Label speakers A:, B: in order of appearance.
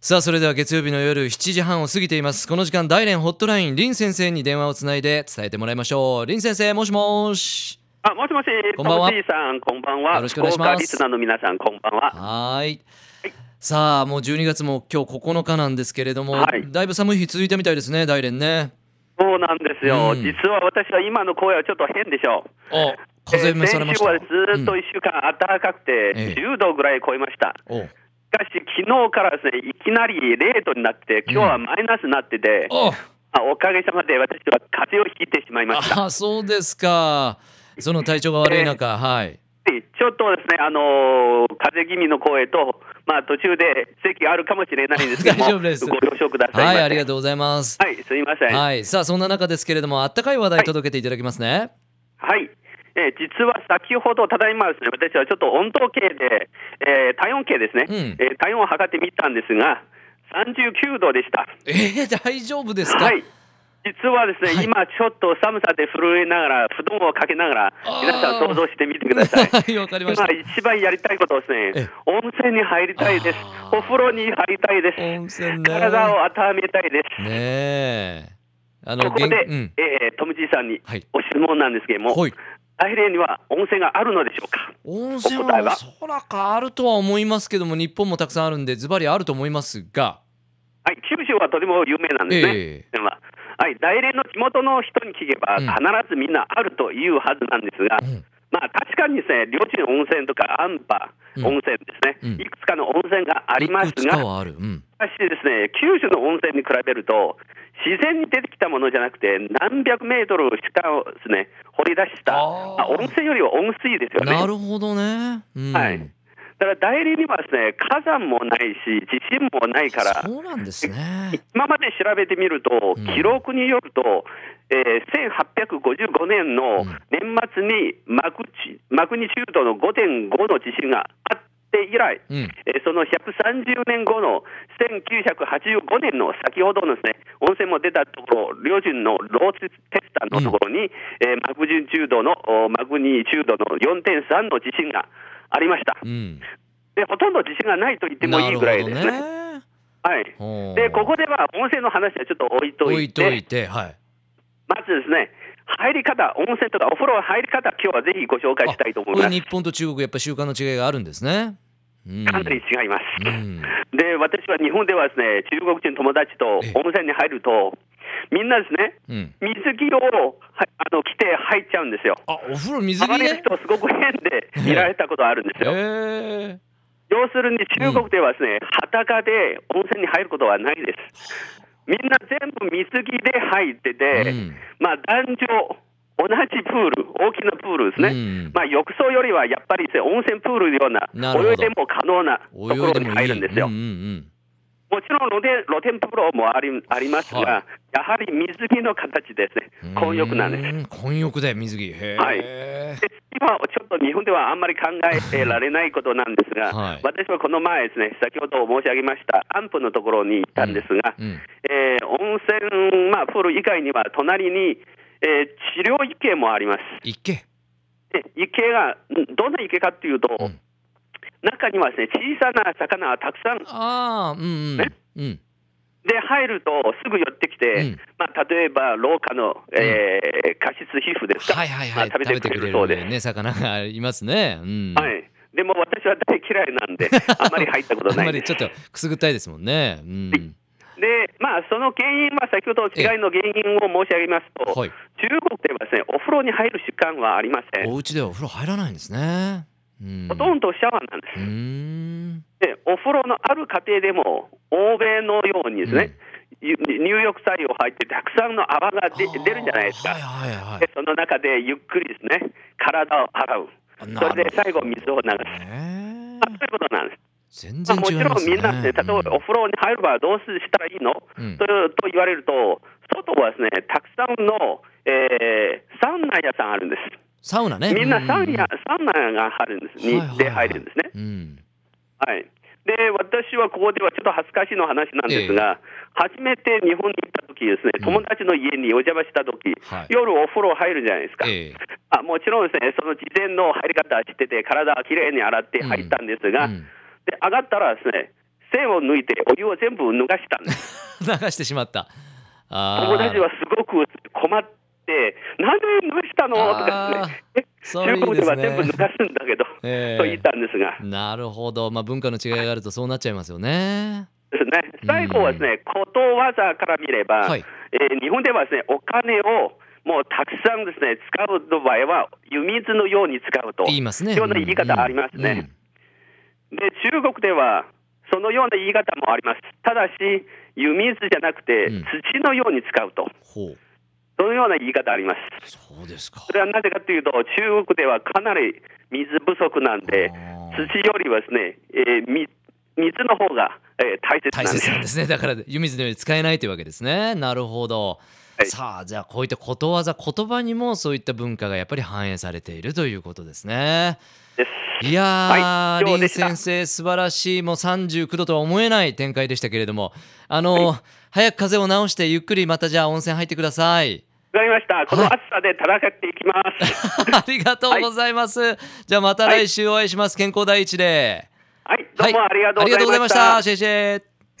A: さあそれでは月曜日の夜7時半を過ぎていますこの時間大連ホットライン林先生に電話をつないで伝えてもらいましょう林先生もしもし
B: あ、もしもし、
A: こんばんは
B: トムジーさん、こんばんは。
A: よろしくお願いします
B: 豪華リスナーの皆さん、こんばんは。
A: はーいさあもう12月も今日9日なんですけれども、
B: はい
A: だいぶ寒い日続いたみたいですね大連ね
B: そうなんですよ。
A: うん
B: 実は私は今の声はちょっと変でしょう。
A: あ風邪召されました、
B: えー先週はずっと1週間暖かくて、
A: ええ
B: 10度ぐらい超えました。
A: うん、
B: しかし、昨日からですね、いきなり0度になって、今日はマイナスになってて、
A: お
B: まあおかげさまで私は風邪をひいてしまいました。
A: ああそうですかその体調が悪い中、はい
B: ちょっとですね、あのー風邪気味の声と、まあ、途中で席があるかもしれないんですけど も、
A: 大丈夫です
B: ご了承くださいま
A: は
B: せ。
A: いありがとうございます
B: はい、すいません。
A: はい、さあそんな中ですけれどもあったかい話題届けていただきますね、
B: はい、えー実は先ほど、ただいまですね、私はちょっと温度計で、えー体温計ですね、
A: うん
B: えー体温を測ってみたんですが、39度でした。
A: えー、大丈夫ですか、
B: はい実はですね、
A: はい
B: 今ちょっと寒さで震えながら、布団をかけながら
A: あー、
B: 皆さん想像してみてくだ さい。
A: はいわかりました
B: 今一番やりたいことはです
A: え
B: ね、温泉に入りたいです
A: あ。ー
B: お風呂に入りたいです。
A: 温泉ね
B: 体を温めたいです。
A: ねえあ
B: そこ
A: げん
B: で、
A: うん
B: えー、トムジーさんに
A: はい
B: ご質問なんですけれども、
A: はい
B: 大連には温泉があるのでしょうか
A: 温泉
B: お答え
A: は
B: は
A: おそらくあるとは思いますけども日本もたくさんあるんでズバリあると思いますが
B: はい、九州はとても有名なんですね。
A: え
B: でまあはい、大連の地元の人に聞けば、
A: うん
B: 必ずみんなあるというはずなんですが、
A: えうん
B: まあ、確かにですね、両親温泉とか、アンパ
A: うん
B: 温泉ですね、
A: うん
B: いくつかの温泉がありま
A: い
B: す
A: くつか
B: が、
A: はあるうん
B: しかしですね、九州の温泉に比べると、自然に出てきたものじゃなくて、何百メートル下をですね、掘り出し
A: あ
B: た、
A: ー
B: まあ温泉よりは温水ですよね。
A: なるほどね、うん、
B: はいだから大連にはですね、火山もないし、地震もないから、
A: そうなんですね
B: 今まで調べてみると
A: うん、
B: 記録によると、えー1855年
A: う
B: の
A: ん
B: 年末にマグチマグニチュードの5.5の地震があって以来、
A: うん
B: えーその130年後の1985年の先ほどのですね温泉も出たところ、両親のローツテスターのところに、えーマグニチュードのおマグニチュードの4.3の地震がありました。
A: うん
B: でほとんど地震がないと言ってもいいぐらいです
A: な
B: ね。
A: る
B: はい
A: ほどね
B: でここ
A: で
B: では温泉の話はちょっと置いと
A: 置
B: い
A: い
B: て、
A: といてはい
B: まずですね、入り方、温泉とかお風呂の入り方、今日はぜひご紹介したいと思い
A: こ
B: ま
A: れ
B: す。
A: 日本と中国やっぱ習慣の違いがあるんですね、うん、
B: かなり違います。
A: うん
B: で、私は日本ではですね、中国人友達と
A: ええ
B: 温泉に入ると、みんなですね、
A: うん
B: 水着をはあの着て入っちゃうんですよ。
A: あお風呂水
B: あま
A: 着
B: りの
A: ね
B: 人、すごく変で見られたことあるんですよ。
A: ええ
B: 要するに中国ではですね、裸で温泉に入ることはないです。みんな全部水着で入ってて、
A: うん
B: まあ男女同じプール、大きなプールですね。
A: うん
B: まあ浴槽よりはやっぱりですね温泉プールのような
A: なるほど
B: 泳いでも可能なとこ
A: 泳
B: ろ
A: いで
B: に
A: もいい
B: 入るんですよ。
A: うんうん
B: もちろん露天露天風呂もありありますが、
A: は
B: やはり水着の形ですね
A: うん、
B: 混浴なんです。
A: す混浴で水着へえ、
B: はいで今はちょっと日本ではあんまり考えられないことなんですが、
A: はい
B: 私はこの前ですね、先ほど申し上げましたアンプのところに行ったんですが、
A: うん
B: えー温泉、まあ、プール以外には隣に、えー治療池もあります。
A: 行け
B: で池がんどんな池かっていうと、
A: うん
B: 中にはですね小さな魚がたくさん
A: ああうんうん
B: え
A: うん
B: で入るとすぐ寄ってき
A: う
B: て、
A: ん
B: まあ、例えば老化の、えー、過失皮膚ですか、
A: はいはい
B: ま
A: は
B: あ
A: い
B: 食べてくれるそうです。
A: ね魚がありますねうん
B: はい、でも私は大嫌いなんであ まり入ったこと
A: あん
B: な
A: ま
B: い
A: り
B: で
A: ちょっとくすぐったいですもんねうん
B: まあその原因は先ほど違いの原因を申し上げますと、
A: はい
B: 中国ではですねお風呂に入る習慣はありません
A: お家ではお風呂入らないんですねうん
B: ほとんどシャワーなんで
A: う
B: す、
A: ーん
B: でお風呂のある家庭でも欧米のようにですね、入浴剤を入ってたくさんの泡がで出るんじゃないですか、
A: はいはいはい
B: でその中でゆっくりですね体を洗う
A: あ
B: それで最後水を流
A: な
B: す、
A: るほどね
B: まあそういうことなんです、
A: 全
B: ま
A: 然
B: あも
A: 違
B: ち
A: い
B: ろ
A: ま
B: ん
A: すね
B: みんなですね例えばお風呂に入る場合はどうしたらいいの、
A: うん
B: とと言われると外はですねたくさんの、えーサウナ屋さんあるんです
A: サウナね
B: みんな
A: う
B: サウナ,、サウナがあるんですに、で入るんですね
A: うん
B: はい、で私はここではちょっと恥ずかしいの話なんですが、初めて日本に行った時ですね、
A: うん
B: 友達の家にお邪魔した時、
A: はい
B: 夜お風呂入るじゃないですか、
A: ええ
B: あ、もちろんですね、その事前の入り方は知ってて、体はきれいに洗って入ったんですが、
A: うん
B: で上がったらですね、栓を抜いてお湯を全部脱がしたんです
A: 流してしまった。あー
B: 友達はすごく困って、なんで脱がしたのと
A: あ
B: か
A: ー
B: ですね、
A: それ
B: 中
A: いい
B: 国
A: で
B: ですは全部
A: ね
B: 脱。がすんだけど、
A: ええ
B: と言ったんですが、
A: なるほど、まあ、文化の違いがあるとそうなっちゃいますよね。
B: ですね、最後はですね、ことわざから見れば、
A: はい
B: えー日本ではですね、お金をもうたくさんですね、使う場合は、湯水のように使うと。
A: 言いますね。
B: ような言い方ありますね。で中国ではそのような言い方もあります。ただし湯水じゃなくて
A: うん
B: 土のように使うと、
A: うんうんほう、
B: そのような言い方あります。
A: そうですか。
B: それはなぜかというと中国ではかなり水不足なんで
A: あー
B: 土よりはですね、えーみ水の方が、えー大切なん
A: 大
B: です。
A: 切なんですね。だから湯水のように使えないというわけですね。なるほど。
B: はい
A: さあじゃあこういったことわざ言葉にもそういった文化がやっぱり反映されているということですね。
B: です
A: いや
B: はい以
A: ー、
B: 上で
A: 林
B: した
A: 先生素晴らしいもう39度とは思えない展開でしたけれどもあの、早く風邪を治してゆっくりまたじゃあ温泉入ってくださ い。
B: わかりました。この暑さで戦っていきます。
A: ありがとうございます。じゃあまた来週お会いします。健康第一で。
B: はい、どうもありがとうございました。
A: ありがとうございましたシェイシェイ